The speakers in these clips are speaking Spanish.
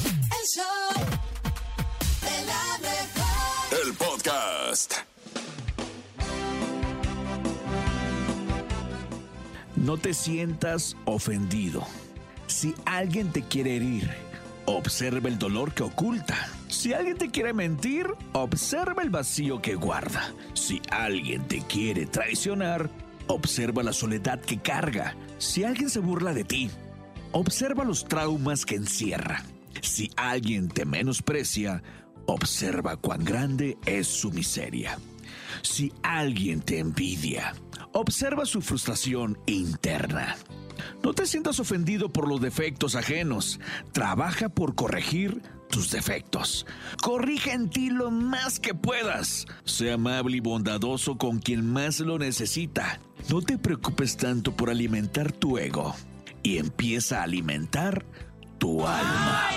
El show de la mejor. El podcast. No te sientas ofendido. Si alguien te quiere herir, observa el dolor que oculta. Si alguien te quiere mentir, observa el vacío que guarda. Si alguien te quiere traicionar, observa la soledad que carga. Si alguien se burla de ti, observa los traumas que encierra. Si alguien te menosprecia, observa cuán grande es su miseria. Si alguien te envidia, observa su frustración interna. No te sientas ofendido por los defectos ajenos. Trabaja por corregir tus defectos. Corrige en ti lo más que puedas. Sé amable y bondadoso con quien más lo necesita. No te preocupes tanto por alimentar tu ego y empieza a alimentar tu alma.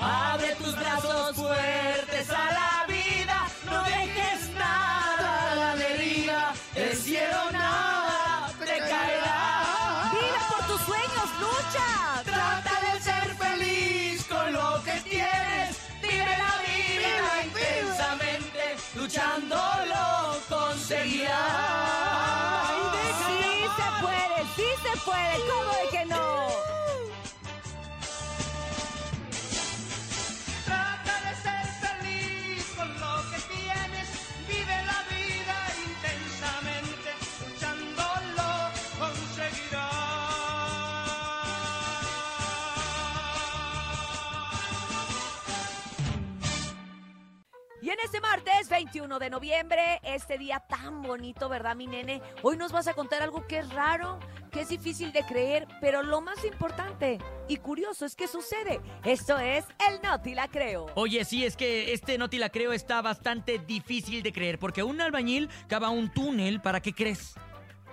Abre tus brazos fuertes a la vida, no dejes nada a la deriva, el cielo nada te caerá. Vive por tus sueños, lucha. Trata de ser feliz con lo que tienes, vive la vida intensamente, luchándolo conseguirás. Sí se puede, sí se puede. ¿Cómo de que no? Trata de ser feliz con lo que tienes. Vive la vida intensamente. Luchándolo conseguirás. Y en este martes 21 de noviembre, este día tan bonito, ¿verdad, mi nene? Hoy nos vas a contar algo que es raro, que es difícil de creer, pero lo más importante y curioso es que sucede. Esto es el Noti La Creo. Oye, sí, es que este no te la creo está bastante difícil de creer, porque un albañil cava un túnel, ¿para qué crees?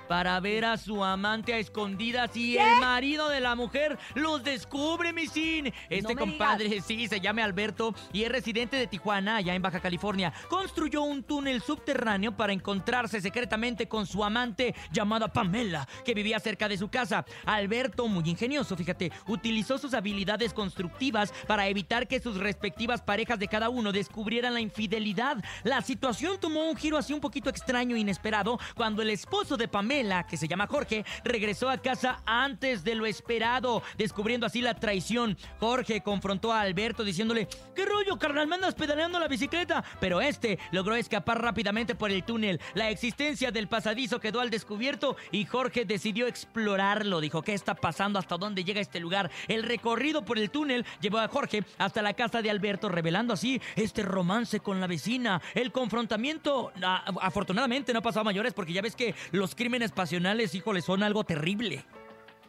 Para ver a su amante a escondidas y el marido de la mujer los descubre, mi sin. Este me compadre, sí, se llama Alberto y es residente de Tijuana, allá en Baja California. Construyó un túnel subterráneo para encontrarse secretamente con su amante llamada Pamela, que vivía cerca de su casa. Alberto, muy ingenioso, fíjate, utilizó sus habilidades constructivas para evitar que sus respectivas parejas de cada uno descubrieran la infidelidad. La situación tomó un giro así un poquito extraño e inesperado cuando el esposo de Pamela, que se llama Jorge, regresó a casa antes de lo esperado, descubriendo así la traición. Jorge confrontó a Alberto diciéndole, ¿qué rollo, carnal? Me andas pedaleando la bicicleta. Pero este logró escapar rápidamente por el túnel. La existencia del pasadizo quedó al descubierto y Jorge decidió explorarlo. Dijo, ¿qué está pasando? ¿Hasta dónde llega este lugar? El recorrido por el túnel llevó a Jorge hasta la casa de Alberto, revelando así este romance con la vecina. El confrontamiento, ah, afortunadamente, no pasó a mayores porque ya ves que los crímenes pasionales, híjole, son algo terrible.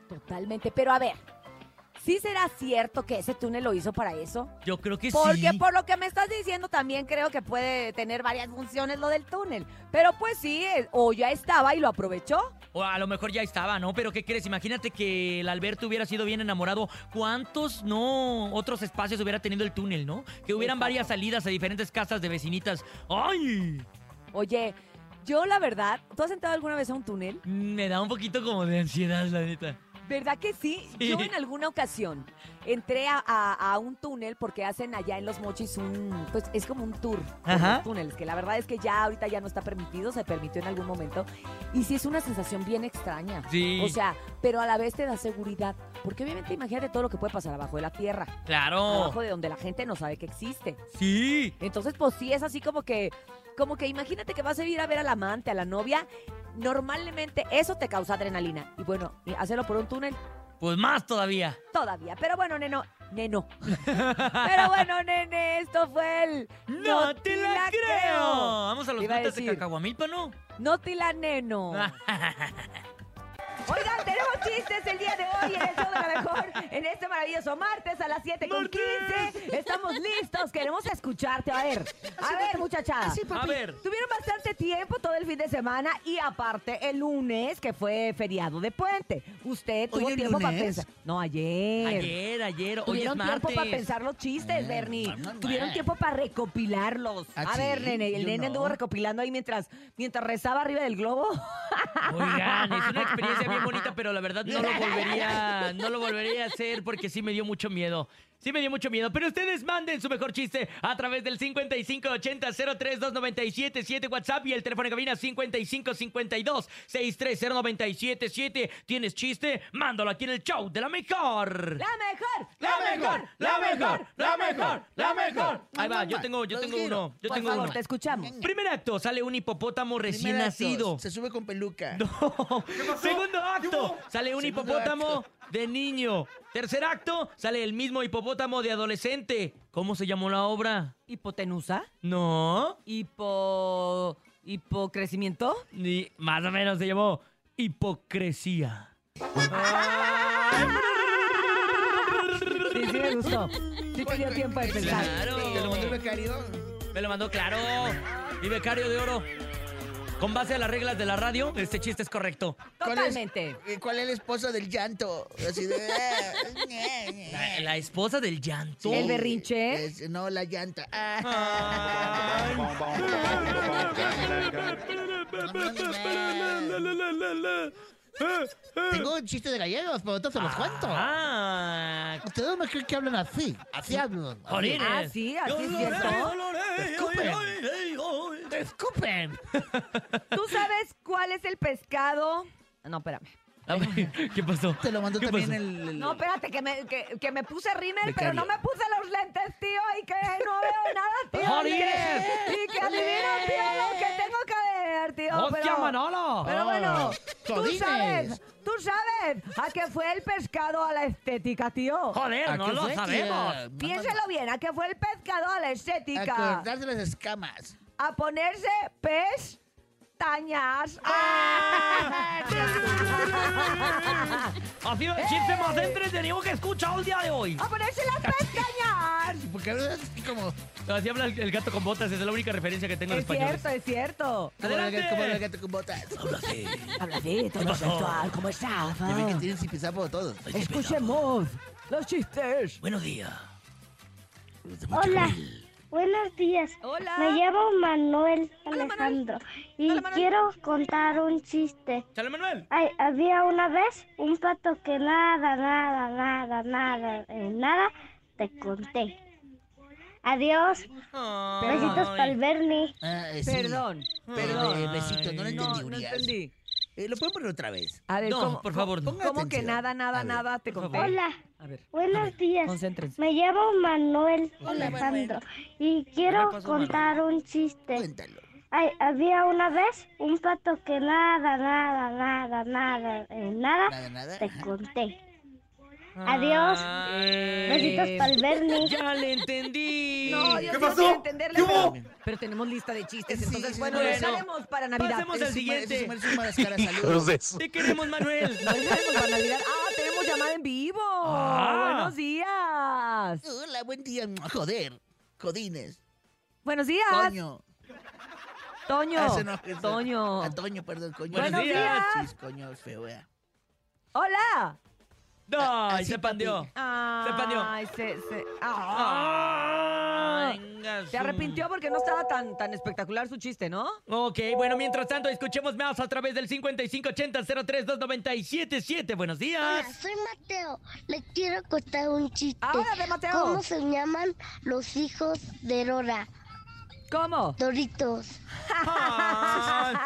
Totalmente, pero a ver, ¿sí será cierto que ese túnel lo hizo para eso? Yo creo que Porque sí. por lo que me estás diciendo también creo que puede tener varias funciones lo del túnel. Pero pues sí, eh, o ya estaba y lo aprovechó. O a lo mejor ya estaba, ¿no? Pero ¿qué crees? Imagínate que el Alberto hubiera sido bien enamorado. ¿Cuántos no otros espacios hubiera tenido el túnel, no? Que hubieran Exacto. varias salidas a diferentes casas de vecinitas. ¡Ay! Oye, yo la verdad, ¿tú has entrado alguna vez a un túnel? Me da un poquito como de ansiedad, la neta. ¿Verdad que sí? Sí. Yo en alguna ocasión entré a, a- a un túnel porque hacen allá en Los Mochis un, pues es como un tour por Ajá. los túneles, que la verdad es que ya ahorita ya no está permitido, se permitió en algún momento. Y sí es una sensación bien extraña. Sí. O sea, pero a la vez te da seguridad, porque obviamente imagínate todo lo que puede pasar abajo de la tierra. Claro. abajo de donde la gente no sabe que existe. Sí. Entonces, pues sí es así como que, como que imagínate que vas a ir a ver al amante, a la novia. Normalmente eso te causa adrenalina. Y bueno, y hacerlo por un túnel Pues más todavía. todavía. Pero bueno, neno, neno. Pero bueno, nene, esto fue el ¡No, te la, creo! Vamos a Te los iba a notas de decir. Oh. Cacahuamilpa, ¿no? No te la neno. Oigan, tenemos chistes el día de hoy en el show de la mejor, en este maravilloso martes a las 7 con 15. Estamos listos, queremos escucharte. A ver, a ver, muchachada. A ver. Tuvieron bastante tiempo todo el fin de semana y aparte el lunes, que fue feriado de puente. Usted tuvo Hoy el tiempo para lunes. pensar. No, ayer. Ayer, ayer, hoy es Tuvieron tiempo para martes. pensar los Mm, chistes, Bernie. mamá. Tuvieron tiempo para recopilarlos. ¿Ah, a ver, sí? nene, el Yo nene no. anduvo recopilando ahí mientras, mientras rezaba arriba del globo. Oigan, es una experiencia bien bonita, pero la verdad no lo volvería, no lo volvería a hacer porque sí me dio mucho miedo. Sí me dio mucho miedo, pero ustedes manden su mejor chiste a través del 5580-032977 WhatsApp y el teléfono de cabina 5552-630977. ¿Tienes chiste? Mándalo aquí en el show de la mejor. ¡La mejor! Ahí va, Ah, yo tengo, yo tengo uno, yo Por tengo favor, uno. te escuchamos. Primer acto, sale un hipopótamo recién Primer acto, nacido. Se sube con peluca. No. Segundo acto, sale un Segundo hipopótamo de niño. Tercer acto, sale el mismo hipopótamo de adolescente. ¿Cómo se llamó la obra? ¿Hipotenusa? No, ¿Hipo... hipocrecimiento? ni más o menos se llamó hipocresía. Sí, sí me gustó. Sí te dio tiempo de pensar. Claro. Te lo mandó el becario. Me lo mandó claro. Mi becario de oro. Con base a las reglas de la radio, este chiste es correcto. ¿Cuál es- Totalmente. eh, ¿Cuál es el esposo del llanto? Así de. "Ah, La, la esposa del llanto. ¿El berrinche? Es- no, la llanta. Ah. Ay. Eh, Eh, Tengo un chiste de gallegos, pero no se los cuento. Ah, Ustedes me creen que hablan así. Así hablan. Jolines. Ah, sí, así es cierto. ¡Te escupen! ¿Tú sabes cuál es el pescado? No, espérame. A ver, ¿Qué pasó? Te lo mandó ¿Qué también pasó? el. el- No, espérate, que me, que, que me puse rímel, pero Becario. no me puse los lentes, tío, y que no veo nada, tío. y que- ¡Jolines! Y que adivino, tío, lo que tengo que ver, tío. ¡Hostia, pero- Manolo! Pero bueno, Ah, tú jolines. sabes, tú sabes a qué fue el pescado a la estética, tío. Joder, ¿A no qué lo fue, sabemos. tía? Piénselo bien, a qué fue el pescado a la estética. Acordarse las escamas. A ponerse pestañas. ¡Ah! Ha sido el chiste más entretenido que he escuchado el día de hoy. ¡A ponerse las pestañas! Porque hablas así como. Así habla el, el gato con botas, esa es la única referencia que tengo en Es español. cierto, es cierto. Como el gato- Adelante. como el gato con botas. Habla de todo sexual, ¿cómo estás? Ya ven que tienen cipizapo todo. Escuchemos los chistes. Buenos días. Hola, buenos días. Hola. Me llamo Manuel Hola, Alejandro y Hola, Manuel. quiero contar un chiste. Chale, Manuel. Ay, había una vez un pato que nada, nada, nada, nada, de nada te conté. Adiós, besitos para el Bernie. Ah, eh, sí. Perdón. Pero Ay, eh, besito, no lo entendí, No, no Urias. entendí. Eh, ¿Lo pueden poner otra vez? A ver, No, ¿cómo, por favor, no. ¿cómo, cómo que Atención. nada, nada, A ver, nada te conté? Hola, A ver, buenos días. concéntrense. Me llamo Manuel Alejandro y quiero pasó, contar un chiste. Cuéntalo. Ay, había una vez un pato que nada, nada, nada, nada, de Nada, nada. te conté. Adiós. Ay. Besitos para el Bernie. Ya le entendí. No, yo ¿Qué pasó? entenderle, pero, pero tenemos lista de chistes, Sí, entonces, sí, bueno, bueno. lo haremos para Navidad. Pasemos al Ese suma- ese siguiente. sumar- suma las caras, saludos. Te queremos, Manuel. Lo haremos para Navidad. ¡Ah, tenemos llamada en vivo! Ah. ¡Buenos días! Hola, buen día. Joder. Jodines. ¡Buenos días! Coño. ¡Toño! Ah, ese no, ese- ¡Toño! A Toño, pues. perdón, coño. Buenos días. Sí, Ah, coño, es feo, vea. Ah, ¡Hola! Ay, así, se pandeó. Se pandió. Ay, se, se... ah. Ay, venga, Se su- arrepintió porque no estaba tan, tan espectacular su chiste, ¿no? Ok, bueno, mientras tanto, escuchemos más a través del 5580-032977. Buenos Hola, días. soy Mateo. Le quiero contar un chiste. Ahora de Mateo. ¿Cómo se llaman los hijos de Dora? ¿Cómo? Doritos. Ay,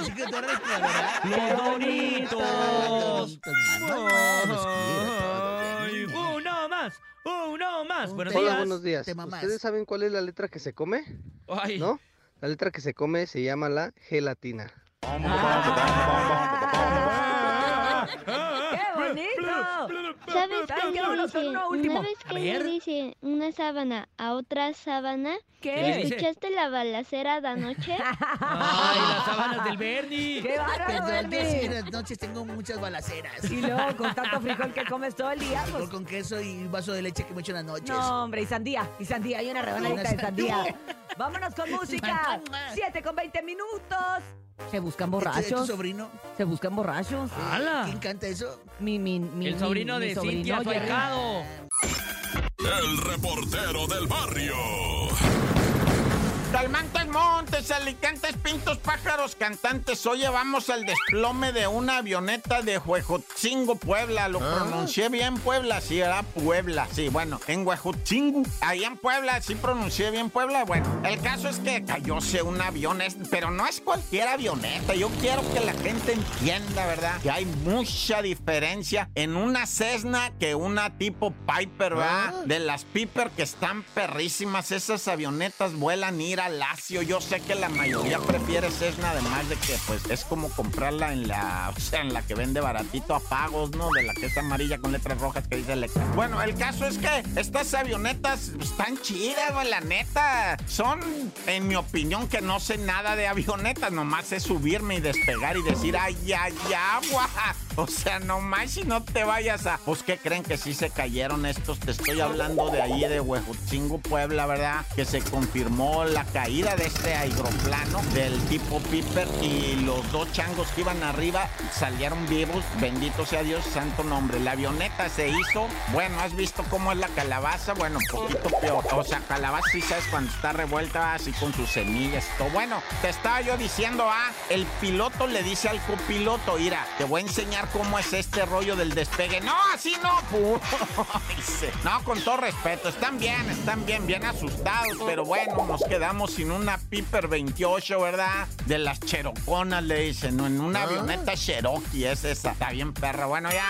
Así que tú eres la verdad. ¡Los doritos! Mamá, los quiero a Ay, todos, ya, niña. ¡Uno más! ¡Uno más! ¿eh? Un Buenos Hola, tema. días. buenos días. Te mamás. ¿Ustedes saben cuál es la letra que se come? Ay. ¿No? La letra que se come se llama la gelatina. Ah, ¡Qué bonito! ¿Sabes Ay, qué bueno, son uno último. Una vez A que le ver. dice una sábana a otra sábana, le ¿Qué? dice? ¿escuchaste la balacera de anoche? ¡Ay, las sábanas del Bernie! ¡Qué bárbaro, Perdón, yo sí, en Bernie! las noches tengo muchas balaceras. Y luego, con tanto frijol que comes todo el día, pues... Frijol con queso y un vaso de leche que me echo en las noches. No, hombre, y sandía, y sandía, y una rebanadita de sandía. Vámonos con música. 7 con 20 minutos. Se buscan ¿Este es tu borrachos. sobrino? Se buscan borrachos. ¡Hala! ¿Quién canta eso? Mi, mi, mi, El sobrino mi- mi de Cintia sobrino, Jerry. Suecado. El reportero del barrio. Calmantes, montes, alicantes, pintos, pájaros, cantantes. Hoy llevamos el desplome de una avioneta de Huejotzingo, Puebla. Lo pronuncié bien, Puebla. Sí, era Puebla. Sí, bueno, en Huejotzingo. Ahí en Puebla, sí pronuncié bien Puebla. Bueno, el caso es que cayóse un avión, es- pero no es cualquier avioneta. Yo quiero que la gente entienda, ¿verdad? Que hay mucha diferencia en una Cessna que una tipo Piper, ¿verdad? De las Piper que están perrísimas. Esas avionetas vuelan ir a Lacio. Yo sé que la mayoría prefiere Cessna, además de que, pues, es como comprarla en la, o sea, en la que vende baratito a pagos, ¿no? De la que es amarilla con letras rojas que dice Electra. Bueno, el caso es que estas avionetas están chidas, güey, la neta. Son, en mi opinión, que no sé nada de avionetas. Nomás es subirme y despegar y decir, ay, ay, agua. O sea, nomás si no te vayas a... Pues, ¿qué creen que sí se cayeron estos? Te estoy hablando de ahí, de Huejutzingo, Puebla, ¿verdad? Que se confirmó la caída de este aeroplano del tipo Piper y los dos changos que iban arriba salieron vivos. Bendito sea Dios, santo nombre. La avioneta se hizo. Bueno, ¿has visto cómo es la calabaza? Bueno, poquito peor. O sea, calabaza sí sabes cuando está revuelta así con sus semillas. y todo. Bueno, te estaba yo diciendo, ah, el piloto le dice al copiloto, mira, te voy a enseñar cómo es este rollo del despegue. No, así no. pu-". Dice, no, con todo respeto, están bien, están bien, bien asustados, pero bueno, nos quedamos sin una Piper 28, ¿verdad? De las Cheroconas, le dicen, en una avioneta Cherokee es esa. Está bien, perra, bueno, ya.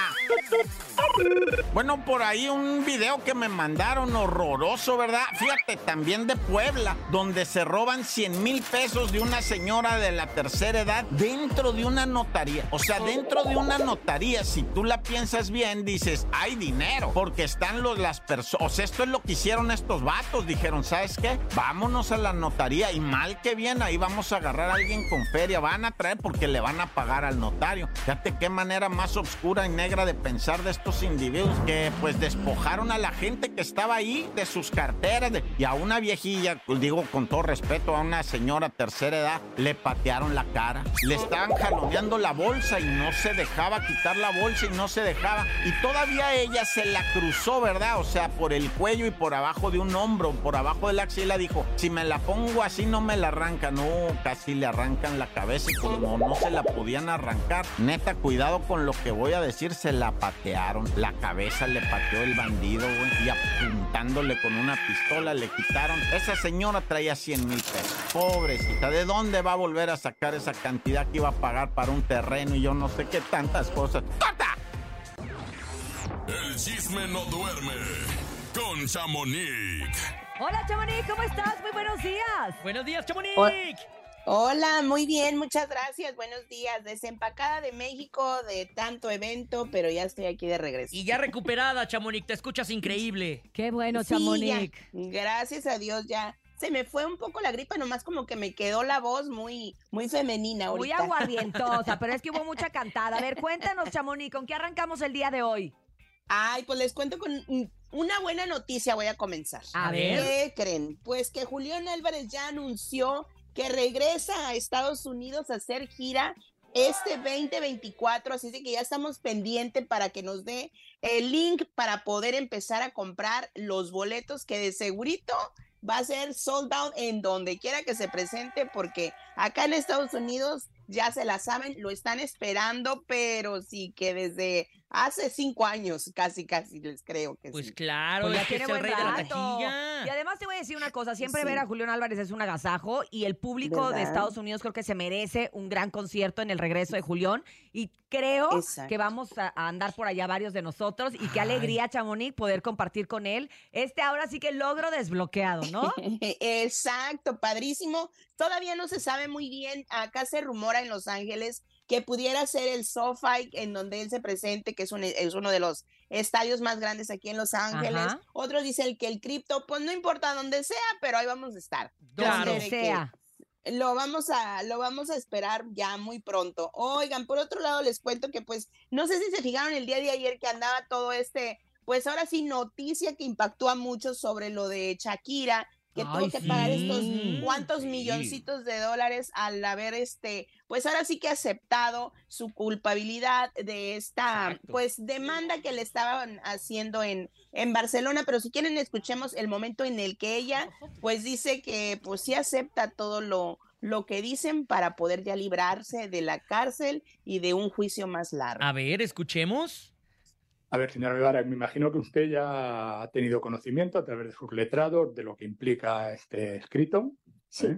Bueno, por ahí un video que me mandaron horroroso, ¿verdad? Fíjate, también de Puebla, donde se roban 100 mil pesos de una señora de la tercera edad dentro de una notaría. O sea, dentro de una notaría, si tú la piensas bien, dices, hay dinero, porque están los, las personas. O sea, esto es lo que hicieron estos vatos. Dijeron, ¿sabes qué? Vámonos a la notaría y mal que bien, ahí vamos a agarrar a alguien con feria. Van a traer porque le van a pagar al notario. Fíjate qué manera más oscura y negra de pensar de estos individuos que pues despojaron a la gente que estaba ahí de sus carteras de- y a una viejilla, pues, digo con todo respeto, a una señora tercera edad, le patearon la cara, le estaban jaloneando la bolsa y no se dejaba quitar la bolsa y no se dejaba y todavía ella se la cruzó, ¿verdad? O sea, por el cuello y por abajo de un hombro, por abajo de la axila dijo, si me la pongo así no me la arranca, no, casi le arrancan la cabeza y como no se la podían arrancar, neta, cuidado con lo que voy a decir, se la patearon, la cabeza le pateó el bandido, güey, y apuntándole con una pistola le quitaron, esa señora traía 100 mil pesos, pobrecita, ¿de dónde va a volver a sacar esa cantidad que iba a pagar para un terreno y yo no sé qué tantas cosas? ¡Corta! El chisme no duerme con Chamonix. Hola, Chamonix, ¿cómo estás? Muy buenos días. Buenos días, Chamonix. Hola, muy bien, muchas gracias, buenos días. Desempacada de México, de tanto evento, pero ya estoy aquí de regreso. Y ya recuperada, Chamonix, te escuchas increíble. Qué bueno, Sí, ya, Chamonix. gracias a Dios ya. Se me fue un poco la gripa, nomás como que me quedó la voz muy, muy femenina Muy ahorita. aguardientosa, pero es que hubo mucha cantada. A ver, cuéntanos, Chamonix, ¿con qué arrancamos el día de hoy? Ay, pues les cuento con un- una buena noticia, voy a comenzar. A ver. ¿Qué creen? Pues que Julián Álvarez ya anunció que regresa a Estados Unidos a hacer gira este 2024, así es de que ya estamos pendientes para que nos dé el link para poder empezar a comprar los boletos que de segurito va a ser sold out en donde quiera que se presente porque acá en Estados Unidos ya se la saben, lo están esperando, pero sí que desde hace cinco años, casi, casi les creo que Pues sí. claro, Pues ya es que es tiene el buen rey de la rato. Y taquilla. además te voy a decir una cosa, siempre Sí. ver a Julián Álvarez es un agasajo y el público de ¿Verdad? Estados Unidos creo que se merece un gran concierto en el regreso de Julián y creo Exacto. que vamos a, a andar por allá varios de nosotros y qué alegría, Chamonix, poder compartir con él este ahora sí que logro desbloqueado, ¿no? Eh, Exacto, padrísimo. Todavía no se sabe muy bien. Acá se rumora en Los Ángeles que pudiera ser el SoFi en donde él se presente, que es, un- es uno de los estadios más grandes aquí en Los Ángeles. Ajá. Otros dicen que el cripto, pues no importa donde sea, pero ahí vamos a estar. Claro. Donde Donde que- sea. lo vamos a, lo vamos a esperar ya muy pronto. Oigan, por otro lado les cuento que pues, no sé si se fijaron el día de ayer que andaba todo este, pues ahora sí noticia que impactó a muchos sobre lo de Shakira, que Ay, tuvo que pagar sí. estos cuantos milloncitos de dólares al haber este, pues ahora sí que aceptado su culpabilidad de esta pues demanda que le estaban haciendo en, en Barcelona, pero si quieren escuchemos el momento en el que ella pues dice que pues sí acepta todo lo lo que dicen para poder ya librarse de la cárcel y de un juicio más largo. A ver, escuchemos. A ver, señora Guevara, me imagino que usted ya ha tenido conocimiento a través de sus letrados de lo que implica este escrito. Sí.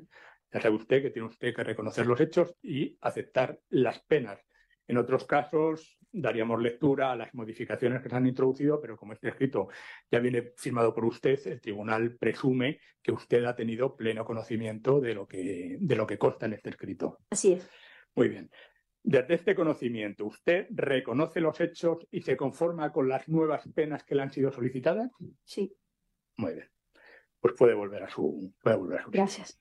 Ya sabe usted que tiene usted que reconocer los hechos y aceptar las penas. En otros casos daríamos lectura a las modificaciones que se han introducido, pero como este escrito ya viene firmado por usted, el tribunal presume que usted ha tenido pleno conocimiento de lo que, de lo que consta en este escrito. Así es. Muy bien. Desde este conocimiento, ¿usted reconoce los hechos y se conforma con las nuevas penas que le han sido solicitadas? Sí. Muy bien. Pues puede volver a su. Puede volver a su. Gracias.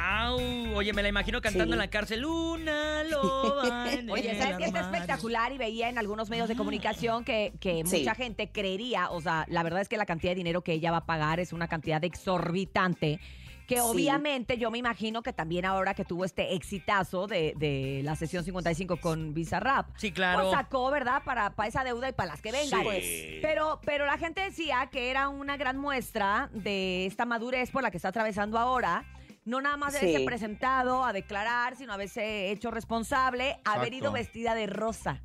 ¡Wow! Oye, me la imagino cantando en la cárcel. Una loba. en Oye, el Ah. ¿sabes qué está armario. espectacular? Y veía en algunos medios de comunicación que, que Sí. mucha gente creería, o sea, la verdad es que la cantidad de dinero que ella va a pagar es una cantidad exorbitante. Que Sí. obviamente yo me imagino que también ahora que tuvo este exitazo de, de la sesión 55 con Bizarrap. Sí, claro. pues sacó, ¿verdad? Para, para esa deuda y para las que vengan. Sí. Pues. Pero, pero la gente decía que era una gran muestra de esta madurez por la que está atravesando ahora. No nada más de Sí. haberse presentado a declarar, sino haberse hecho responsable, haber Exacto. ido vestida de rosa.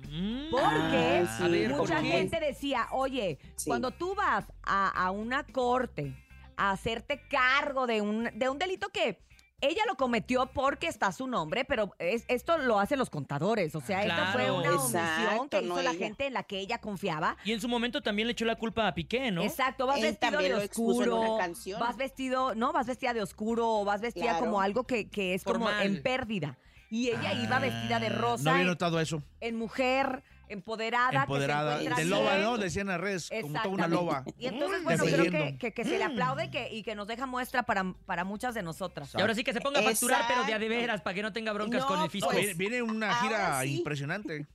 Porque Mm. Ah, sí. A ver, ¿por mucha qué? gente decía, oye, cuando tú vas a, a una corte a hacerte cargo de un, de un delito que ella lo cometió porque está su nombre, pero es- esto lo hacen los contadores. O sea, esta fue Claro. una omisión Exacto, que hizo no la ella. gente en la que ella confiaba. Y en su momento también le echó la culpa a Piqué, ¿no? Exacto, vas Él vestido también de lo expuso en oscuro, una canción. vas vestido, no, vas vestida de oscuro, o vas vestida Claro. como algo que, que es como Formal. Ah, en pérdida. Y ella iba vestida de rosa, No había en- notado eso. en mujer, empoderada. Empoderada. que se De encuentra loba, bien. ¿no? Decían en las redes, como toda una Exactamente. loba. Mm, Y entonces, bueno, creo que, Defendiendo. Mm. que, que se le aplaude y que, y que nos deja muestra para, para muchas de nosotras. Y ahora sí que se ponga a facturar, pero de a de veras, para que no tenga broncas No, con el fisco. pues, Viene- viene una gira impresionante.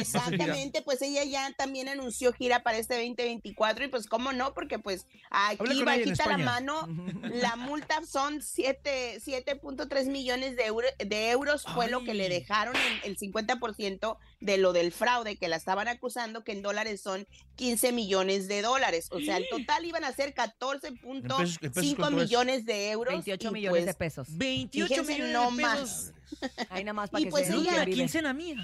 Exactamente, pues ella ya también anunció gira para este 2024 y pues cómo no, porque pues Habla aquí con ella en bajita la España. mano, la multa son siete- 7.3 millones de, euro- de euros, fue lo que le dejaron en el 50% de lo del fraude que la estaban acusando, que en dólares son 15 millones de dólares, o sea, en total iban a ser pesos- en pesos, 14.5 ¿cuánto es? millones de euros. 28 y, millones de pues, pesos. 28 fíjense nomás. Ahí nada más para Y que pues se den ella, quien vive. mía.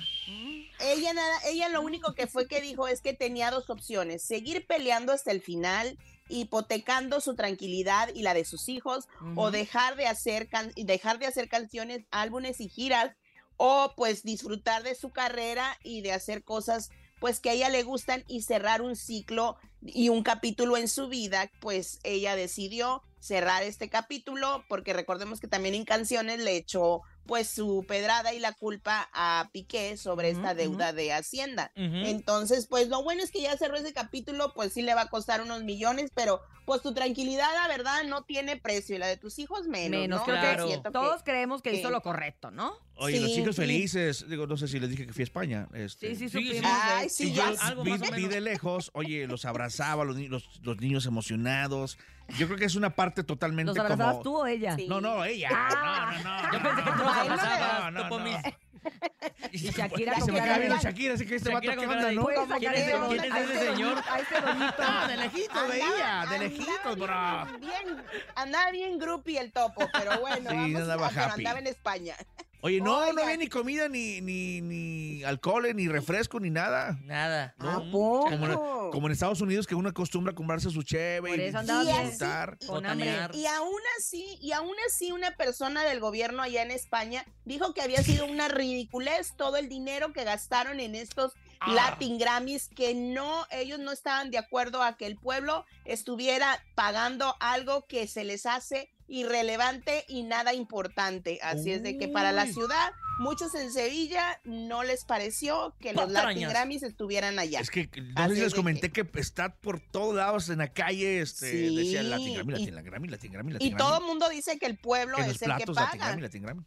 Ella nada, ella lo único que fue que dijo es que tenía dos opciones, seguir peleando hasta el final, hipotecando su tranquilidad y la de sus hijos, Ujú. o dejar de hacer can- dejar de hacer canciones, álbumes y giras, o pues disfrutar de su carrera y de hacer cosas pues que a ella le gustan y cerrar un ciclo y un capítulo en su vida, pues ella decidió cerrar este capítulo porque recordemos que también en canciones le echó pues su pedrada y la culpa a Piqué sobre esta deuda de Hacienda. Ujú. Entonces, pues lo bueno es que ya cerró ese capítulo, pues sí le va a costar unos millones, pero pues tu tranquilidad, la verdad, no tiene precio y la de tus hijos menos. Menos, ¿no? creo Claro. que Siento todos creemos que que- hizo lo correcto, ¿no? Oye, los Sí, chicos sí. felices. Digo, no sé si les dije que fui a España. Sí, este. sí, supimos sí. de- Ay, sí, Y yo ya los algo vi, más o vi de lejos, oye, los abrazaba, los, ni- los- los niños emocionados. Yo creo que es una parte totalmente ¿Los abrazabas como... tú o ella? Ah. No, no, ella. Yo pensé que tú los abrazabas, no, Topomis. Y Y Shakira se con me cara queda de- bien Shakira, así que este Shakira vato con que cara anda, de- ¿no? Puedes sacar ¿Quién es- ese- quién es a ese ese señor? doñito, a ese doñito. Ah, de lejitos veía, de lejitos, bro. Bien, andaba bien groupie el topo, pero bueno, Sí, vamos, andaba ah, pero happy. andaba en España. Oye, no, no había ni comida, ni, ni, ni alcohol, eh, ni refresco, ni nada. Nada. Ah, Como, en- como en Estados Unidos, que uno acostumbra a comprarse su cheve Por y eso andaba bien. disfrutar. Con Y aún así, y aún así una persona del gobierno allá en España dijo que había sido una ridiculez todo el dinero que gastaron en estos Ah. Latin Grammys, que no, ellos no estaban de acuerdo a que el pueblo estuviera pagando algo que se les hace irrelevante y nada importante. Así es de que para la Uy. ciudad, muchos en Sevilla no les pareció que los Latin Patrañas. Grammys estuvieran allá. Es que Ah, no sé si les comenté que... está por todos lados en la calle, este, Sí, decía Latin Grammy, y- Latin Grammy, Latin Grammy, Latin Grammy. Y todo el mundo dice que el pueblo que en los es el que platos Latin paga. Grammy, Latin Grammy.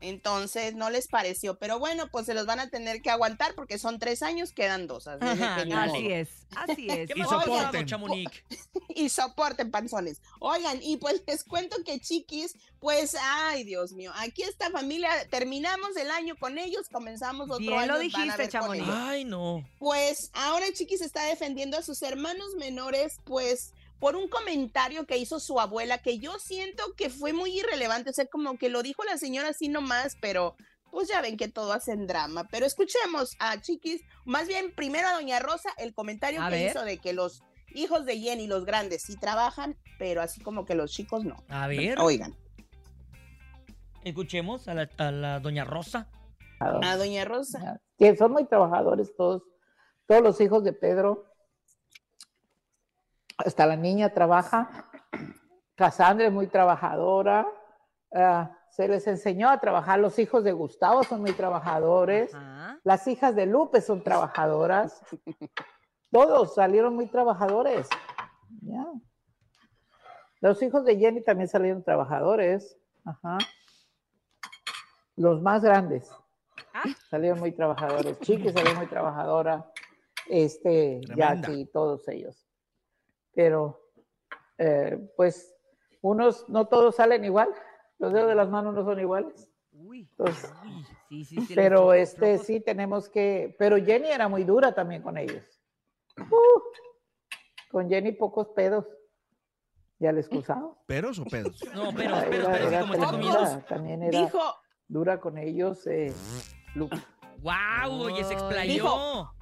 Entonces no les pareció, pero bueno, pues se los van a tener que aguantar porque son tres años, quedan dos. Así, de Ajá, que ni así modo. es, así es. Y soporten. y soporten panzones. Oigan, y pues les cuento que chiquis, pues, ay Dios mío, aquí esta familia, terminamos el año con ellos, comenzamos otro Bien año. lo van a dijiste, ver con Chamonix. ellos. no. Pues ahora Chiquis está defendiendo a sus hermanos menores, pues por un comentario que hizo su abuela, que yo siento que fue muy irrelevante, o sea, como que lo dijo la señora así nomás, pero pues ya ven que todo hacen drama. Pero escuchemos a Chiquis, más bien primero a Doña Rosa, el comentario A que ver. hizo de que los hijos de Jenny, los grandes, sí trabajan, pero así como que los chicos no. A ver. Oigan. Escuchemos a la, a la doña Rosa. Ah. A Doña Rosa. que son muy trabajadores todos, todos los hijos de Pedro, hasta la niña trabaja, Cassandra es muy trabajadora, ah, se les enseñó a trabajar, los hijos de Gustavo son muy trabajadores, las hijas de Lupe son trabajadoras, todos salieron muy trabajadores. ya. Los hijos de Jenny también salieron trabajadores, ajá. los más grandes Ah. salieron muy trabajadores. Chiqui salió muy trabajadora. Este, Tremenda. Jackie, todos ellos. Pero, eh, pues, unos, no todos salen igual. Los dedos de las manos no son iguales. Entonces, Sí, sí, sí, pero los- este sí tenemos que. Pero Jenny era muy dura también con ellos. Uh, con Jenny pocos pedos. Ya le excusamos. ¿Peros o pedos? No, pero, pero, pero, sí, como está comiendo. También era Dijo- dura con ellos. Eh, Lupe. ¡Guau! Oye, se explayó. Dijo,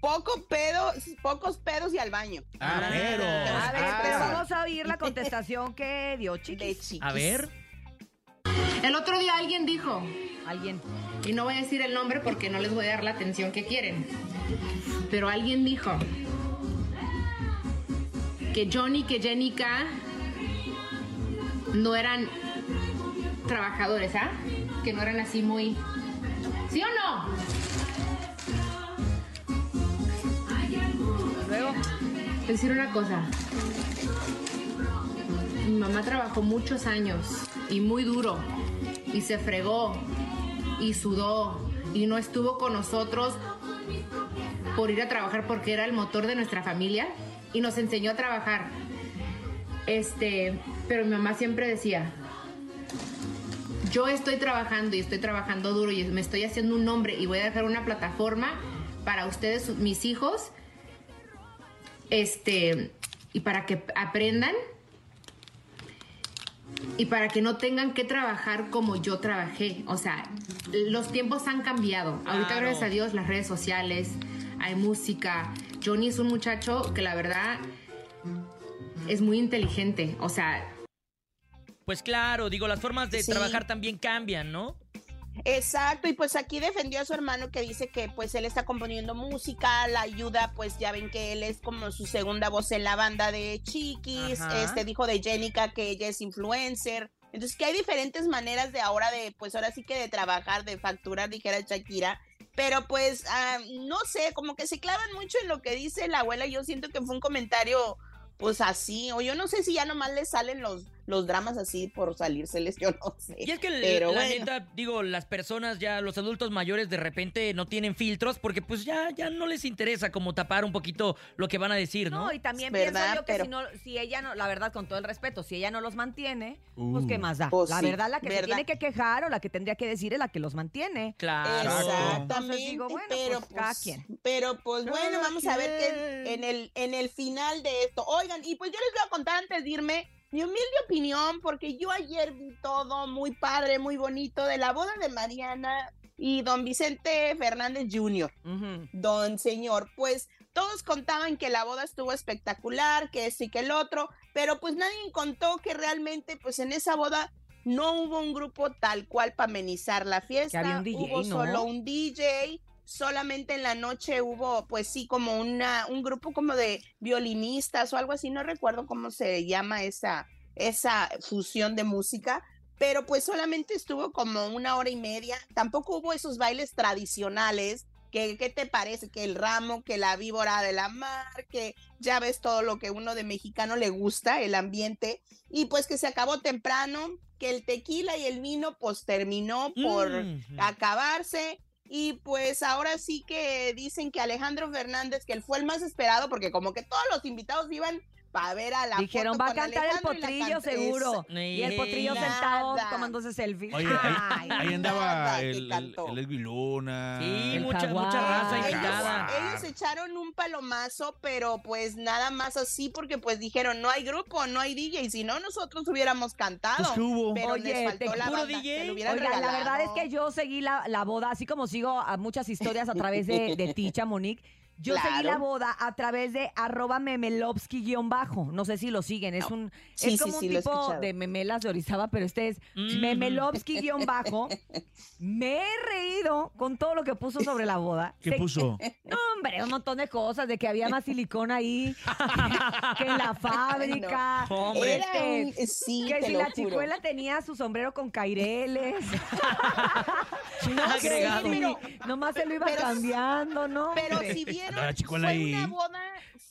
poco pedo, pocos pedos y al baño. A ah. ver, ah. pero vamos a oír la contestación que dio Chiquis. A ver. El otro día alguien dijo, alguien, y no voy a decir el nombre porque no les voy a dar la atención que quieren, pero alguien dijo que Johnny, que Jenny K no eran trabajadores, ¿ah? Que no eran así muy... ¿Sí o no? Luego, decir una cosa. Mi mamá trabajó muchos años y muy duro y se fregó y sudó y no estuvo con nosotros por ir a trabajar porque era el motor de nuestra familia y nos enseñó a trabajar. Este, pero mi mamá siempre decía, yo estoy trabajando y estoy trabajando duro y me estoy haciendo un nombre y voy a dejar una plataforma para ustedes, sus- mis hijos, este, y para que aprendan y para que no tengan que trabajar como yo trabajé. O sea, los tiempos han cambiado. Ahorita, Claro. gracias a Dios, las redes sociales, hay música. Johnny es un muchacho que la verdad es muy inteligente. O sea, Pues claro, digo, las formas de trabajar también cambian, ¿no? Exacto, y pues aquí defendió a su hermano que dice que pues él está componiendo música, la ayuda, pues ya ven que él es como su segunda voz en la banda de Chiquis, Ajá. este dijo de Jenica que ella es influencer. Entonces que hay diferentes maneras de ahora de, pues ahora sí que de trabajar, de facturar, dijera Shakira. Pero pues, ah, no sé, como que se clavan mucho en lo que dice la abuela. Yo siento que fue un comentario, pues así, o yo no sé si ya nomás les salen los, los dramas así por salírseles, yo no sé. Y es que l- Pero la bueno. neta, digo, las personas ya, los adultos mayores de repente no tienen filtros porque pues ya, ya no les interesa como tapar un poquito lo que van a decir, ¿no? No, y también pienso yo que si, no, si ella no, la verdad, con todo el respeto, si ella no los mantiene, pues Uh, qué más da. pues la sí, verdad, la que se ¿verdad? tiene que quejar o la que tendría que decir es la que los mantiene. Claro. Exactamente, digo, bueno, pero, pues, cada pues, quien. pero pues Cada bueno, vamos a ver quien. que en el, en el final de esto. Oigan, y pues yo les voy a contar antes de irme mi humilde opinión, porque yo ayer vi todo muy padre, muy bonito, de la boda de Mariana y don Vicente Fernández Jr. Don señor, pues todos contaban que la boda estuvo espectacular, que esto y que el otro, pero pues nadie contó que realmente pues en esa boda no hubo un grupo tal cual para amenizar la fiesta. había un DJ, hubo ¿no? solo un DJ, solamente en la noche hubo pues sí como una un grupo como de violinistas o algo así, no recuerdo cómo se llama esa esa fusión de música, pero pues solamente estuvo como una hora y media. Tampoco hubo esos bailes tradicionales que qué te parece, que el ramo, que la víbora de la mar, que ya ves todo lo que uno de mexicano le gusta, el ambiente, y pues que se acabó temprano, que el tequila y el vino pues terminó por Mm. acabarse. Y pues ahora sí que dicen que Alejandro Fernández, que él fue el más esperado, porque como que todos los invitados iban para ver a la Dijeron, foto va a con cantar el Alejandro y la potrillo canta- seguro. Esa- Y el potrillo Nada. sentado tomándose selfie. Oye, ahí, ahí andaba el, el, el Edwin Luna. Sí, El mucha- mucha Jaguar. raza Ellos- invitada. Ellos echaron un palomazo, pero pues nada más así porque pues dijeron no hay grupo, no hay DJ, si no nosotros hubiéramos cantado. Pues, ¿qué hubo? Pero Oye, les faltó te- la puro banda, se lo hubieran Oigan, la regalado. verdad es que yo seguí la, la boda, así como sigo a muchas historias a través de, de ti, Chamonix. Yo seguí Claro. la boda a través de arroba memelovsky-bajo. No sé si lo siguen. Es un Sí, es sí, como sí, un lo he tipo escuchado. de memelas de Orizaba, pero este es Mm. memelovsky-bajo. Me he reído con todo lo que puso sobre la boda. ¿Qué Se- puso? No, hombre, un montón de cosas, de que había más silicona ahí que en la fábrica. Ay, no. Hombre. Era Este, un- Eh, sí, que te si lo la juro. chicuela tenía su sombrero con caireles. no sé, Agregado. sí, nomás se lo iba pero- cambiando, ¿no? Pero hombre. si vieron, Andaba Este, la fue chicuela ahí. una boda,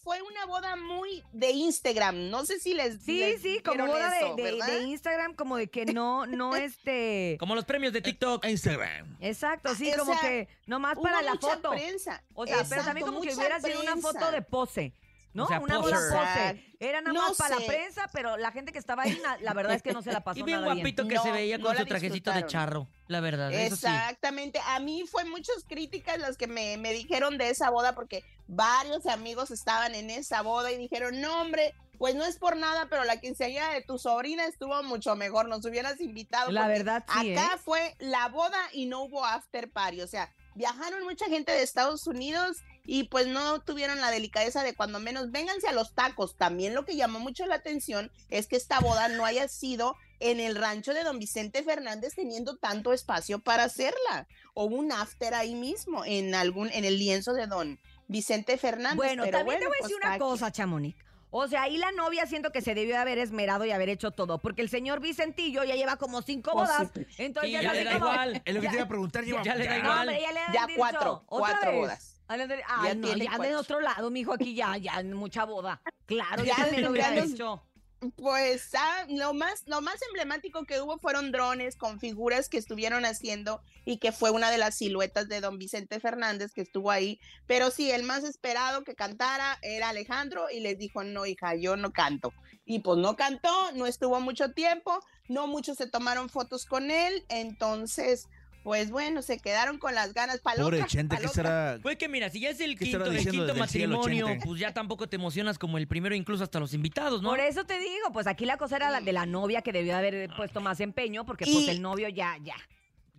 fue una boda muy de Instagram. No sé si les Sí, les sí, como vieron boda de- eso, de- ¿verdad? de Instagram, como de que no, no este... Como los premios de TikTok. Instagram. Exacto, sí, O como sea, que nomás hubo para la mucha foto. prensa. O sea, pero Exacto, también como que mucha hubiera sido una foto prensa. de pose. ¿No? O sea, una boda poser. pose. Era nada No más para la sé. prensa, pero la gente que estaba ahí, na- la verdad es que no se la pasó Y bien nada guapito que se No, veía no con la su trajecito de disfrutaron. charro, la verdad. Eso sí. Exactamente. A mí fue muchas críticas las que me, me dijeron de esa boda porque varios amigos estaban en esa boda y dijeron, no hombre, pues no es por nada, pero la quinceañera de tu sobrina estuvo mucho mejor, nos hubieras invitado. La porque verdad, sí, Acá ¿eh? fue la boda y no hubo after party, o sea, viajaron mucha gente de Estados Unidos y pues no tuvieron la delicadeza de cuando menos vénganse a los tacos. También lo que llamó mucho la atención es que esta boda no haya sido en el rancho de don Vicente Fernández teniendo tanto espacio para hacerla o un after ahí mismo en algún en el lienzo de don Vicente Fernández. Bueno, pero también te voy a bueno, pues, decir una cada quien. cosa, Chamonix. O sea, ahí la novia siento que se debió de haber esmerado y haber hecho todo, porque el señor Vicentillo ya lleva como cinco Pues sí. bodas. Entonces Sí, ya, ya es le da así como- igual. Es lo que Ya- te iba a preguntar. Lleva, Ya le da No, igual. hombre, ya le han Ya dicho, cuatro, ¿otra cuatro vez? bodas. Ah, no, ya no, tiene ya de cuatro. otro lado, mijo, aquí ya, ya mucha boda. Claro, ya, Ya también lo hubiera tendríamos- hecho. Pues ah, lo más lo más emblemático que hubo fueron drones con figuras que estuvieron haciendo y que fue una de las siluetas de don Vicente Fernández que estuvo ahí. Pero sí, el más esperado que cantara era Alejandro y les dijo, no, hija, yo no canto. Y pues no cantó, no estuvo mucho tiempo, no muchos se tomaron fotos con él, entonces, pues bueno, se quedaron con las ganas para Pobre Chente, ¿qué será? Pues que mira, si ya es el ¿Qué quinto, estará el diciendo quinto desde el cielo, matrimonio, Chente? pues ya tampoco te emocionas como el primero, incluso hasta los invitados, ¿no? Por eso te digo, pues aquí la cosa era la de la novia que debió haber puesto más empeño, porque pues Y- el novio ya, ya.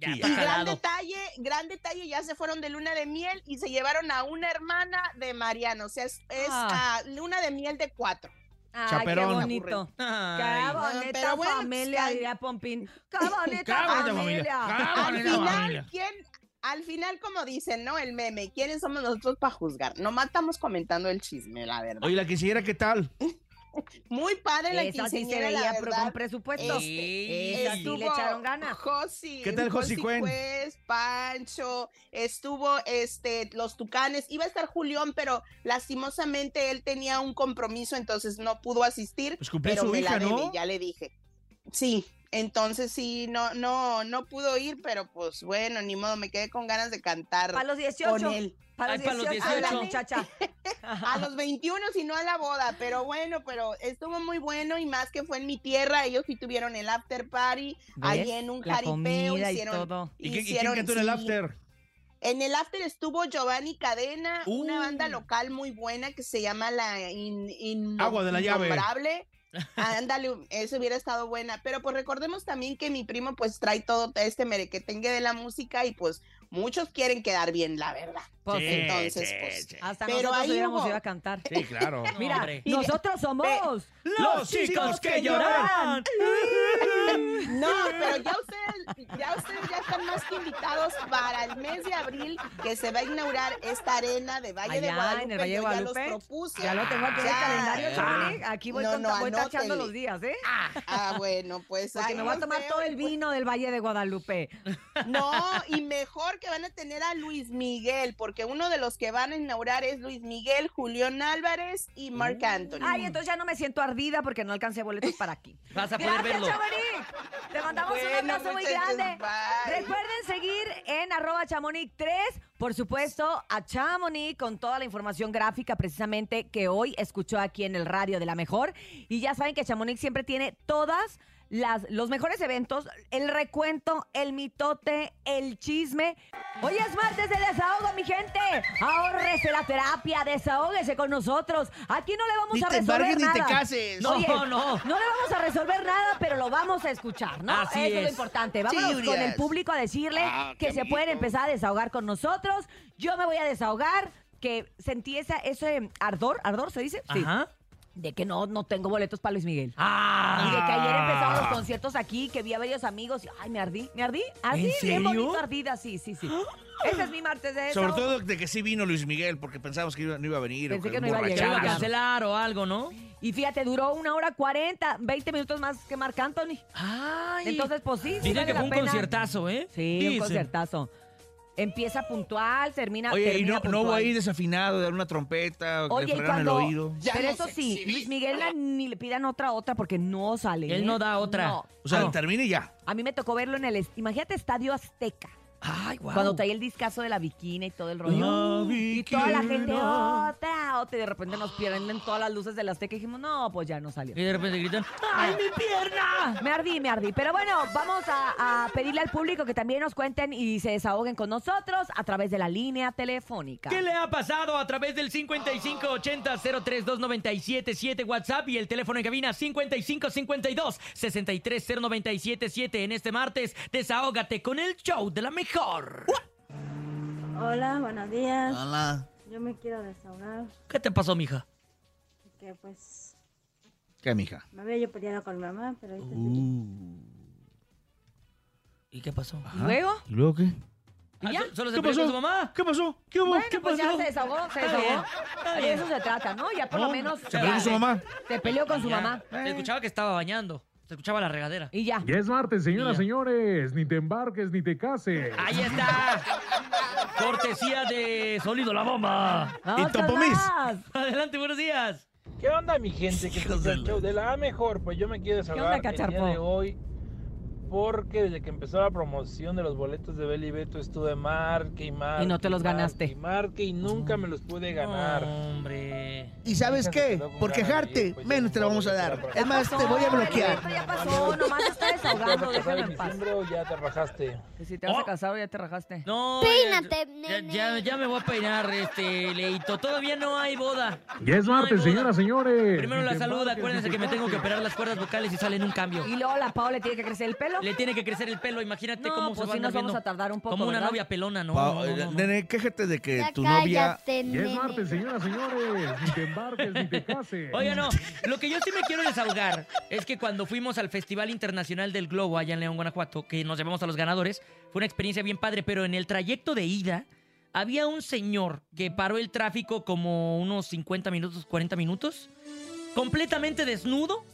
Ya Y está gran jalado. detalle, gran detalle, ya se fueron de luna de miel y se llevaron a una hermana de Mariano. O sea, es, es, Ah. ah, luna de miel de cuatro. Ay, Chaperón. qué bonito. Qué Ay. bonita Pero bueno, pues, familia, can- diría Pompín. Qué bonita Qué bonita familia. familia. Qué Al bonita final, familia. ¿quién? Al final, como dicen, ¿no? El meme, ¿quiénes somos nosotros para juzgar? Nomás estamos comentando el chisme, la verdad. Oye, la quisiera, ¿qué tal? Muy padre la Esa sí se quinceañera, la veía pero verdad. con presupuesto. Este, Esa sí le estuvo echaron ganas. Josi. ¿Qué tal Josi Cuen? Pues, Pancho, estuvo este, los Tucanes, iba a estar Julián, pero lastimosamente él tenía un compromiso, entonces no pudo asistir. Pues cumplió pero su me hija, la ¿no? debe, ya le dije. Sí, entonces sí, no, no, no pudo ir, pero pues bueno, ni modo, me quedé con ganas de cantar Para los 18. con él. Para Ay, los para los 18, la 18. muchacha. A los 21, si no a la boda, pero bueno, pero estuvo muy bueno y más que fue en mi tierra, ellos sí tuvieron el after party, ahí en un La jaripeo, comida y hicieron, todo. ¿Y, qué- y quién hicieron- cantó en el sí. after? En el after estuvo Giovanni Cadena, una Uh. banda local muy buena que se llama la in, In- Agua de la llave. Innombrable. Ándale, eso hubiera estado buena. Pero pues recordemos también que mi primo pues trae todo este merequetengue de la música y pues muchos quieren quedar bien, la verdad. Pues, sí. Entonces, sí, pues. sí. Hasta Pero nosotros ahí hubiéramos hubo- eh, ido a cantar. Sí, claro. Mira, hombre. nosotros somos Los chicos que lloran. No, pero ya ustedes, ya ustedes ya están más que invitados para el mes de abril que se va a inaugurar esta arena de Valle de Allá, Guadalupe. en el Valle de Yo Guadalupe. Ya los propuse. Ya lo tengo aquí en el Ya. calendario, Chamonix. Aquí voy, No, con- no, voy tachando anótele. los días, ¿eh? Ah, bueno, pues Porque ahí pues. me voy a los tomar veo todo el vino del Valle de Guadalupe. No, y mejor que van a tener a Luis Miguel, porque uno de los que van a inaugurar es Luis Miguel, Julián Álvarez y Marc Anthony. Ay, entonces ya no me siento ardida porque no alcancé boletos para aquí. Vas a poder Gracias, verlo. Chamonix. Te mandamos un Bueno, abrazo muy muchachos, grande. bye. Recuerden seguir en arroba chamonix 3, por supuesto, a Chamonix con toda la información gráfica precisamente que hoy escuchó aquí en el radio de la mejor. Y ya saben que Chamonix siempre tiene todas las, los mejores eventos, el recuento, el mitote, el chisme. Hoy es martes de desahogo, mi gente. Ahórrese la terapia, desahóguese con nosotros. Aquí no le vamos Ni a te resolver embargues ni te nada. cases. No, no. No le vamos a resolver nada, pero lo vamos a escuchar, ¿no? Así Eso es lo es. importante. Vámonos Sí, con Urias. el público a decirle Ah, que qué se pueden empezar a desahogar con nosotros. Yo me voy a desahogar, que sentí esa, ese ardor, ¿ardor se dice? Sí. Ajá. De que no, no tengo boletos para Luis Miguel. Ah. Y de que ayer empezaron los conciertos aquí, que vi a varios amigos y, ay, me ardí, me ardí. Así, ¿En bien serio? bonito ardida, sí, sí, sí. Ese es mi martes de Sobre desahogo. todo de que sí vino Luis Miguel, porque pensábamos que iba- no iba a venir. o Pensé que no iba a llegar. borrachera, Iba a ¿no? cancelar o algo, ¿no? Y fíjate, duró una hora cuarenta, 20 minutos más que Marc Anthony. Ay. Entonces, pues sí, sí Dicen vale que la fue un pena. conciertazo, ¿eh? Sí, un Dicen. conciertazo. Empieza puntual, termina. Oye, y termina no, no puntual. voy a ir desafinado, dar una trompeta, o que Oye, le y fregaron el cuando- oído. pero eso sí, Luis Miguel na- ni le pidan otra otra porque no sale. Él ¿eh? no da otra. No. O sea, Ah, no. termine y ya. A mí me tocó verlo en el. est- Imagínate Estadio Azteca. Ay, guau. Cuando traía el discazo de la bikini y todo el La rollo. y toda la gente, bikina. otra, otra. Y de repente nos pierden todas las luces del Azteca. Y dijimos, no, pues ya no salió. Y de repente gritan, ¡Ay, mi pierna! Me ardí, me ardí. Pero bueno, vamos a, a pedirle al público que también nos cuenten y se desahoguen con nosotros a través de la línea telefónica. ¿Qué le ha pasado a través del 5580-032977 WhatsApp y el teléfono en cabina 5552-630977 en este martes? Desahógate con el show de la mejor. Hola, buenos días. Hola. Yo me quiero desahogar ¿Qué te pasó, mija? porque pues ¿Qué, mija? me había yo peleado con mi mamá, pero ahorita Uh. ¿Y qué pasó? Ajá. luego? ¿Y luego qué? Ah, so- ¿Solo se ¿Qué peleó pasó? con su mamá? ¿Qué pasó? ¿Qué hubo? Bueno, ¿Qué pues pasó? ya se desahogó, se Está desahogó. bien, está De eso bien. se trata, ¿no? Ya por lo No, menos. eh, se peleó con su mamá. Se peleó con su Ya. mamá. Se escuchaba que estaba bañando. Se escuchaba la regadera. Y ya. Ya es martes, señoras, Ya. Ah, señores. Ni te embarques ni te cases. Ahí está. Cortesía de Sólido la Bomba. Vamos Y con Topomis. más. Adelante, buenos días. ¿Qué onda, mi gente? ¿Qué escucha el show de la mejor? Pues yo me quiero desahogar onda, el día cacharpo? de hoy porque desde que empezó la promoción de los boletos de Beli Beto estuve marque y marque. Y no te los marque ganaste. Y marque y nunca me los pude ganar. Hombre. ¿Y sabes qué? Por quejarte, pues menos te lo vamos a dar. Es más, te voy a bloquear. ya pasó, nomás está desahogando, déjame en paz. ya te rajaste. Si te vas a casar o ya te rajaste. Oh. No. Ya, ya- ya me voy a peinar, este, Leito. Todavía no hay boda. Ya es martes, señoras, señores. Primero Ni la te salud. embarques, Acuérdense ni que me tengo que cases. operar las cuerdas vocales y sale en un cambio. Y luego la Pao le tiene que crecer el pelo. Le tiene que crecer el pelo. Imagínate No, cómo se pues va sí a nos andar vamos viendo. a tardar un poco, Como una ¿verdad? novia pelona, ¿no? Pa- eh, no, no, no, no. Ah, Nene, quéjate de que Ya tu novia... cállate, Ya es nene. martes, señoras, señores. Ni te embarques ni te cases. Oiga, no, lo que yo sí me quiero desahogar es que cuando fuimos al Festival Internacional del Globo allá en León, Guanajuato, que nos llevamos a los ganadores, fue una experiencia bien padre, pero en el trayecto de ida había un señor que paró el tráfico como unos 50 minutos, 40 minutos, completamente desnudo,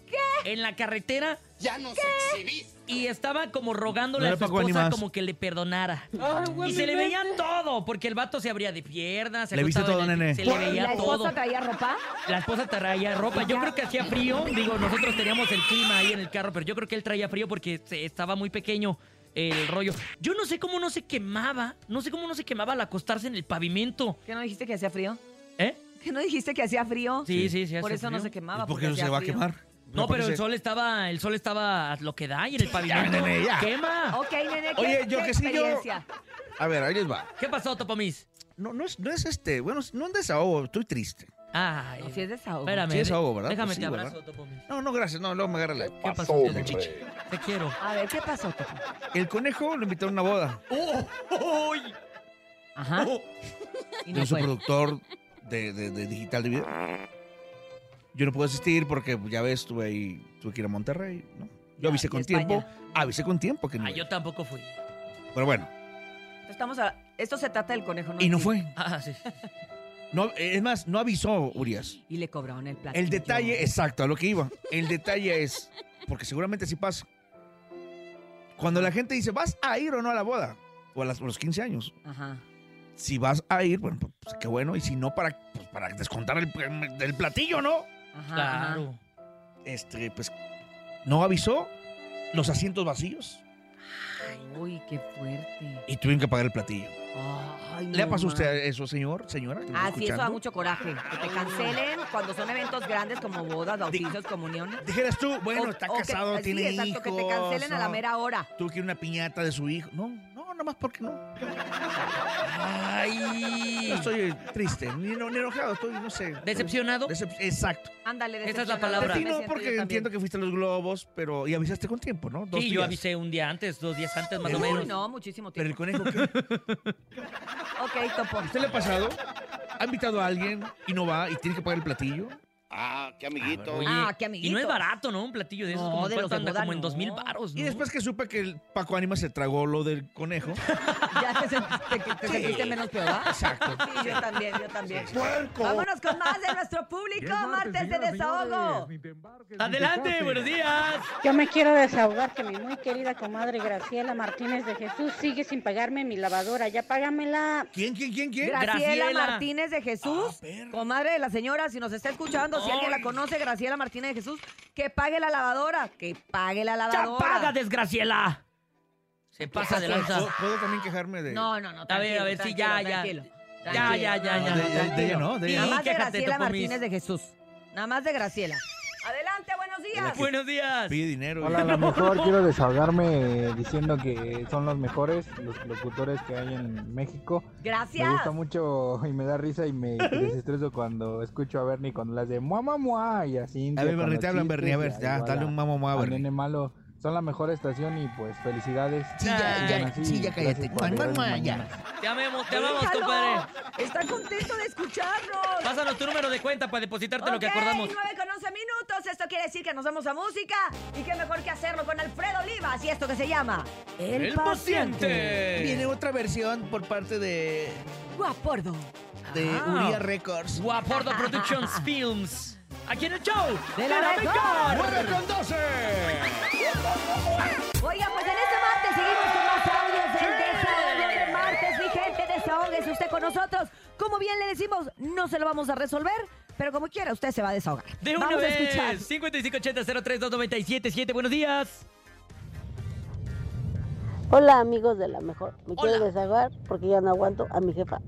en la carretera. Ya nos exhibiste. Y estaba como rogándole No a era su Paco esposa Ánimas. como que le perdonara. güey, y se le mi veía todo, porque el vato se abría de piernas. se Le viste acostaba en todo, el- nene. Se le ¿Y la veía todo. esposa traía ropa? La esposa traía ropa. Yo creo que hacía frío. Digo, nosotros teníamos el clima ahí en el carro, pero yo creo que él traía frío porque se- estaba muy pequeño el rollo. Yo no sé cómo no se quemaba. No sé cómo no se quemaba al acostarse en el pavimento. ¿Que no dijiste que hacía frío? ¿eh? ¿Que no dijiste que hacía frío? Sí, sí, sí, Por hace eso no frío. se quemaba. ¿Y por qué no hacía se va a frío. quemar? pues No, pero el sol estaba, el sol estaba a lo que da y en el pavimento. nene, ya. Quema. Ok, nene, ¿qué, Oye, yo qué que sí, yo- experiencia? A ver, ahí les va. ¿Qué pasó, Topomis? No, no es, no es este. Bueno, no es desahogo. Estoy triste. Ay. No, si es desahogo. Espérame. Sí, desahogo, ¿verdad? Déjame Pues sí, te ¿verdad? abrazo, Topomis. No, no, gracias. No, luego me agarra la... ¿Qué pasó, en el chichi? Te quiero. A ver, ¿qué pasó, Topo? El conejo lo invitó a una boda. ¡Uy! Ajá. Y de no su fue. productor de, de- de digital de pues, video. Yo no pude asistir porque ya ves, tuve ahí, tuve que ir a Monterrey, ¿no? Ah, Yo avisé con tiempo. Avisé con tiempo que no. Ah, yo tampoco fui. iba. Pero bueno, Estamos a- Esto se trata del conejo, ¿no? y no Sí. fue. No, es más, no avisó Urias. Y le cobraron el plato. El detalle, exacto, a lo que iba. El detalle es, porque seguramente sí pasa. Cuando la gente dice, ¿vas a ir o no a la boda? O a, las- a los 15 años. Ajá. Si vas a ir, bueno, pues qué bueno. Y si no, para, pues, para descontar el, del platillo, ¿no? Ajá, Claro. Este, pues, no avisó los asientos vacíos Uy, qué fuerte. y tuvieron que pagar el platillo. Ay, ¿Le no pasó a usted manches. eso, señor, señora? que me está Ah, sí, eso da escuchando? mucho coraje. Que te cancelen cuando son eventos grandes como bodas, bautizos, comuniones. Dijeras tú, bueno, O- está o que- casado, sí, tiene exacto, que te cancelen hijos, ah. a la ¿no? mera hora. Tú quieres una piñata de su hijo. No, no, nada más porque no. Ay. Estoy triste, ni, eno- ni enojado, estoy, no sé. ¿Decepcionado? Decep- exacto. Ándale, Esa es la decepcionado. palabra. A ti me no, siento yo porque también. entiendo que fuiste a los globos, pero. Y avisaste con tiempo, ¿no? Dos sí, yo días. avisé un día antes, dos días antes más o Pero- menos. Uy, no, muchísimo Pero el tiempo. conejo, ¿qué? Ok, topo. ¿Usted le ha pasado? ¿Ha invitado a alguien y no va y tiene que pagar el platillo? Ah, qué amiguito. Oye, Y no es barato, ¿no? Un platillo de esos No, como, de cuánto los de anda? boda, como en no. dos mil baros, ¿no? Y después que supe que el Paco Ánima se tragó lo del conejo. Ya te, sentiste- te- te Sí. sentiste menos peor, ¿verdad? Exacto. Sí, yo también, yo también. Sí, sí. ¡Puerco! Vámonos con más de nuestro Y es público, martes, martes de señoras, desahogo. señores, ni te embarques, ni te Adelante, cases. buenos días. Yo me quiero desahogar que mi muy querida comadre Graciela Martínez de Jesús sigue sin pagarme mi lavadora. Ya págamela. ¿Quién, quién, quién, Ah, quién? Graciela, Martínez de Jesús, comadre de la señora, si nos está escuchando, si alguien la conoce, Graciela Martínez de Jesús, que pague la lavadora, que pague la ¡Ya lavadora. paga, desgraciela! Se pasa de lanza. ¿Puedo, puedo también quejarme de.? No, no, no. A ver, a ver, sí, ya, ya. Ya, ya, ya, No, ya. de- de- de ella no, de ella Nada no. más de Quéjate, Graciela Topo Miss. Martínez de Jesús. Nada más de Graciela. Adelante, buenos días. Buenos días. Pide dinero. Hola, a lo mejor quiero desahogarme diciendo que son los mejores los locutores que hay en México. Gracias. Me gusta mucho y me da risa y me desestreso cuando escucho a Bernie con las de mua, mua, mua y así. A ver, Bernie, te hablan, Bernie, a ver, ya, dale un mua, mua, mua, Bernie. Nene malo. Son la mejor estación y pues felicidades. Sí, ya, Sigan ya, así, sí, ya cállate. gracias Mua, por mua, vernos mua, ya. mañana. Te amemos, te amamos, Déjalo. compadre. Está contento de escucharnos. Pásanos tu número de cuenta para depositarte lo que Ok, acordamos. 9 con 11 minutos. Esto quiere decir que nos vamos a música. Y qué mejor que hacerlo con Alfredo Olivas. Y esto que se llama El, Viene Viene otra versión por parte de, Guapordo. de Ah. Uria Records. Guapordo Productions Films. Aquí en el show De la mejor. ¡9 con 12! Oiga, pues en este martes seguimos con más audios del desahogo de martes. Mi gente, desahóguese usted con nosotros. Como bien le decimos, no se lo vamos a resolver, pero como quiera, usted se va a desahogar. De una vamos a vez. escuchar. 5580-032977. Buenos días. Hola amigos de la mejor, me quiero desahogar porque ya no aguanto a mi jefa.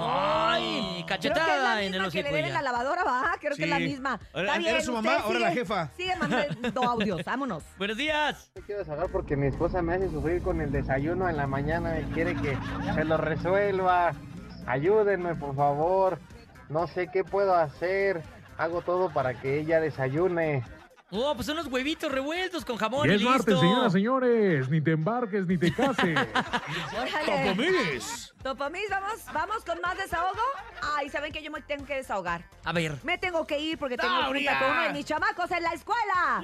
Ay, Creo que es la cachetada en el misma que hocico. le deben ya. la lavadora, va. Creo que es la Sí. misma. Ahora, Está era bien, su usted mamá, ahora la sigue- jefa. Sigue mandando audios, vámonos. Buenos días. Me quiero desahogar porque mi esposa me hace sufrir con el desayuno en la mañana y quiere que se lo resuelva. Ayúdenme, por favor. No sé qué puedo hacer. Hago todo para que ella desayune. Oh, pues unos huevitos revueltos con jamón Y y es martes, Oh, listo. señoras, señores, ni te embarques, ni te cases. Órale. Topomis, vamos, vamos con más desahogo. Ay, saben que yo me tengo que desahogar. A ver. Me tengo que ir porque tengo ¡Ah, junta Urias! con uno de mis chamacos en la escuela.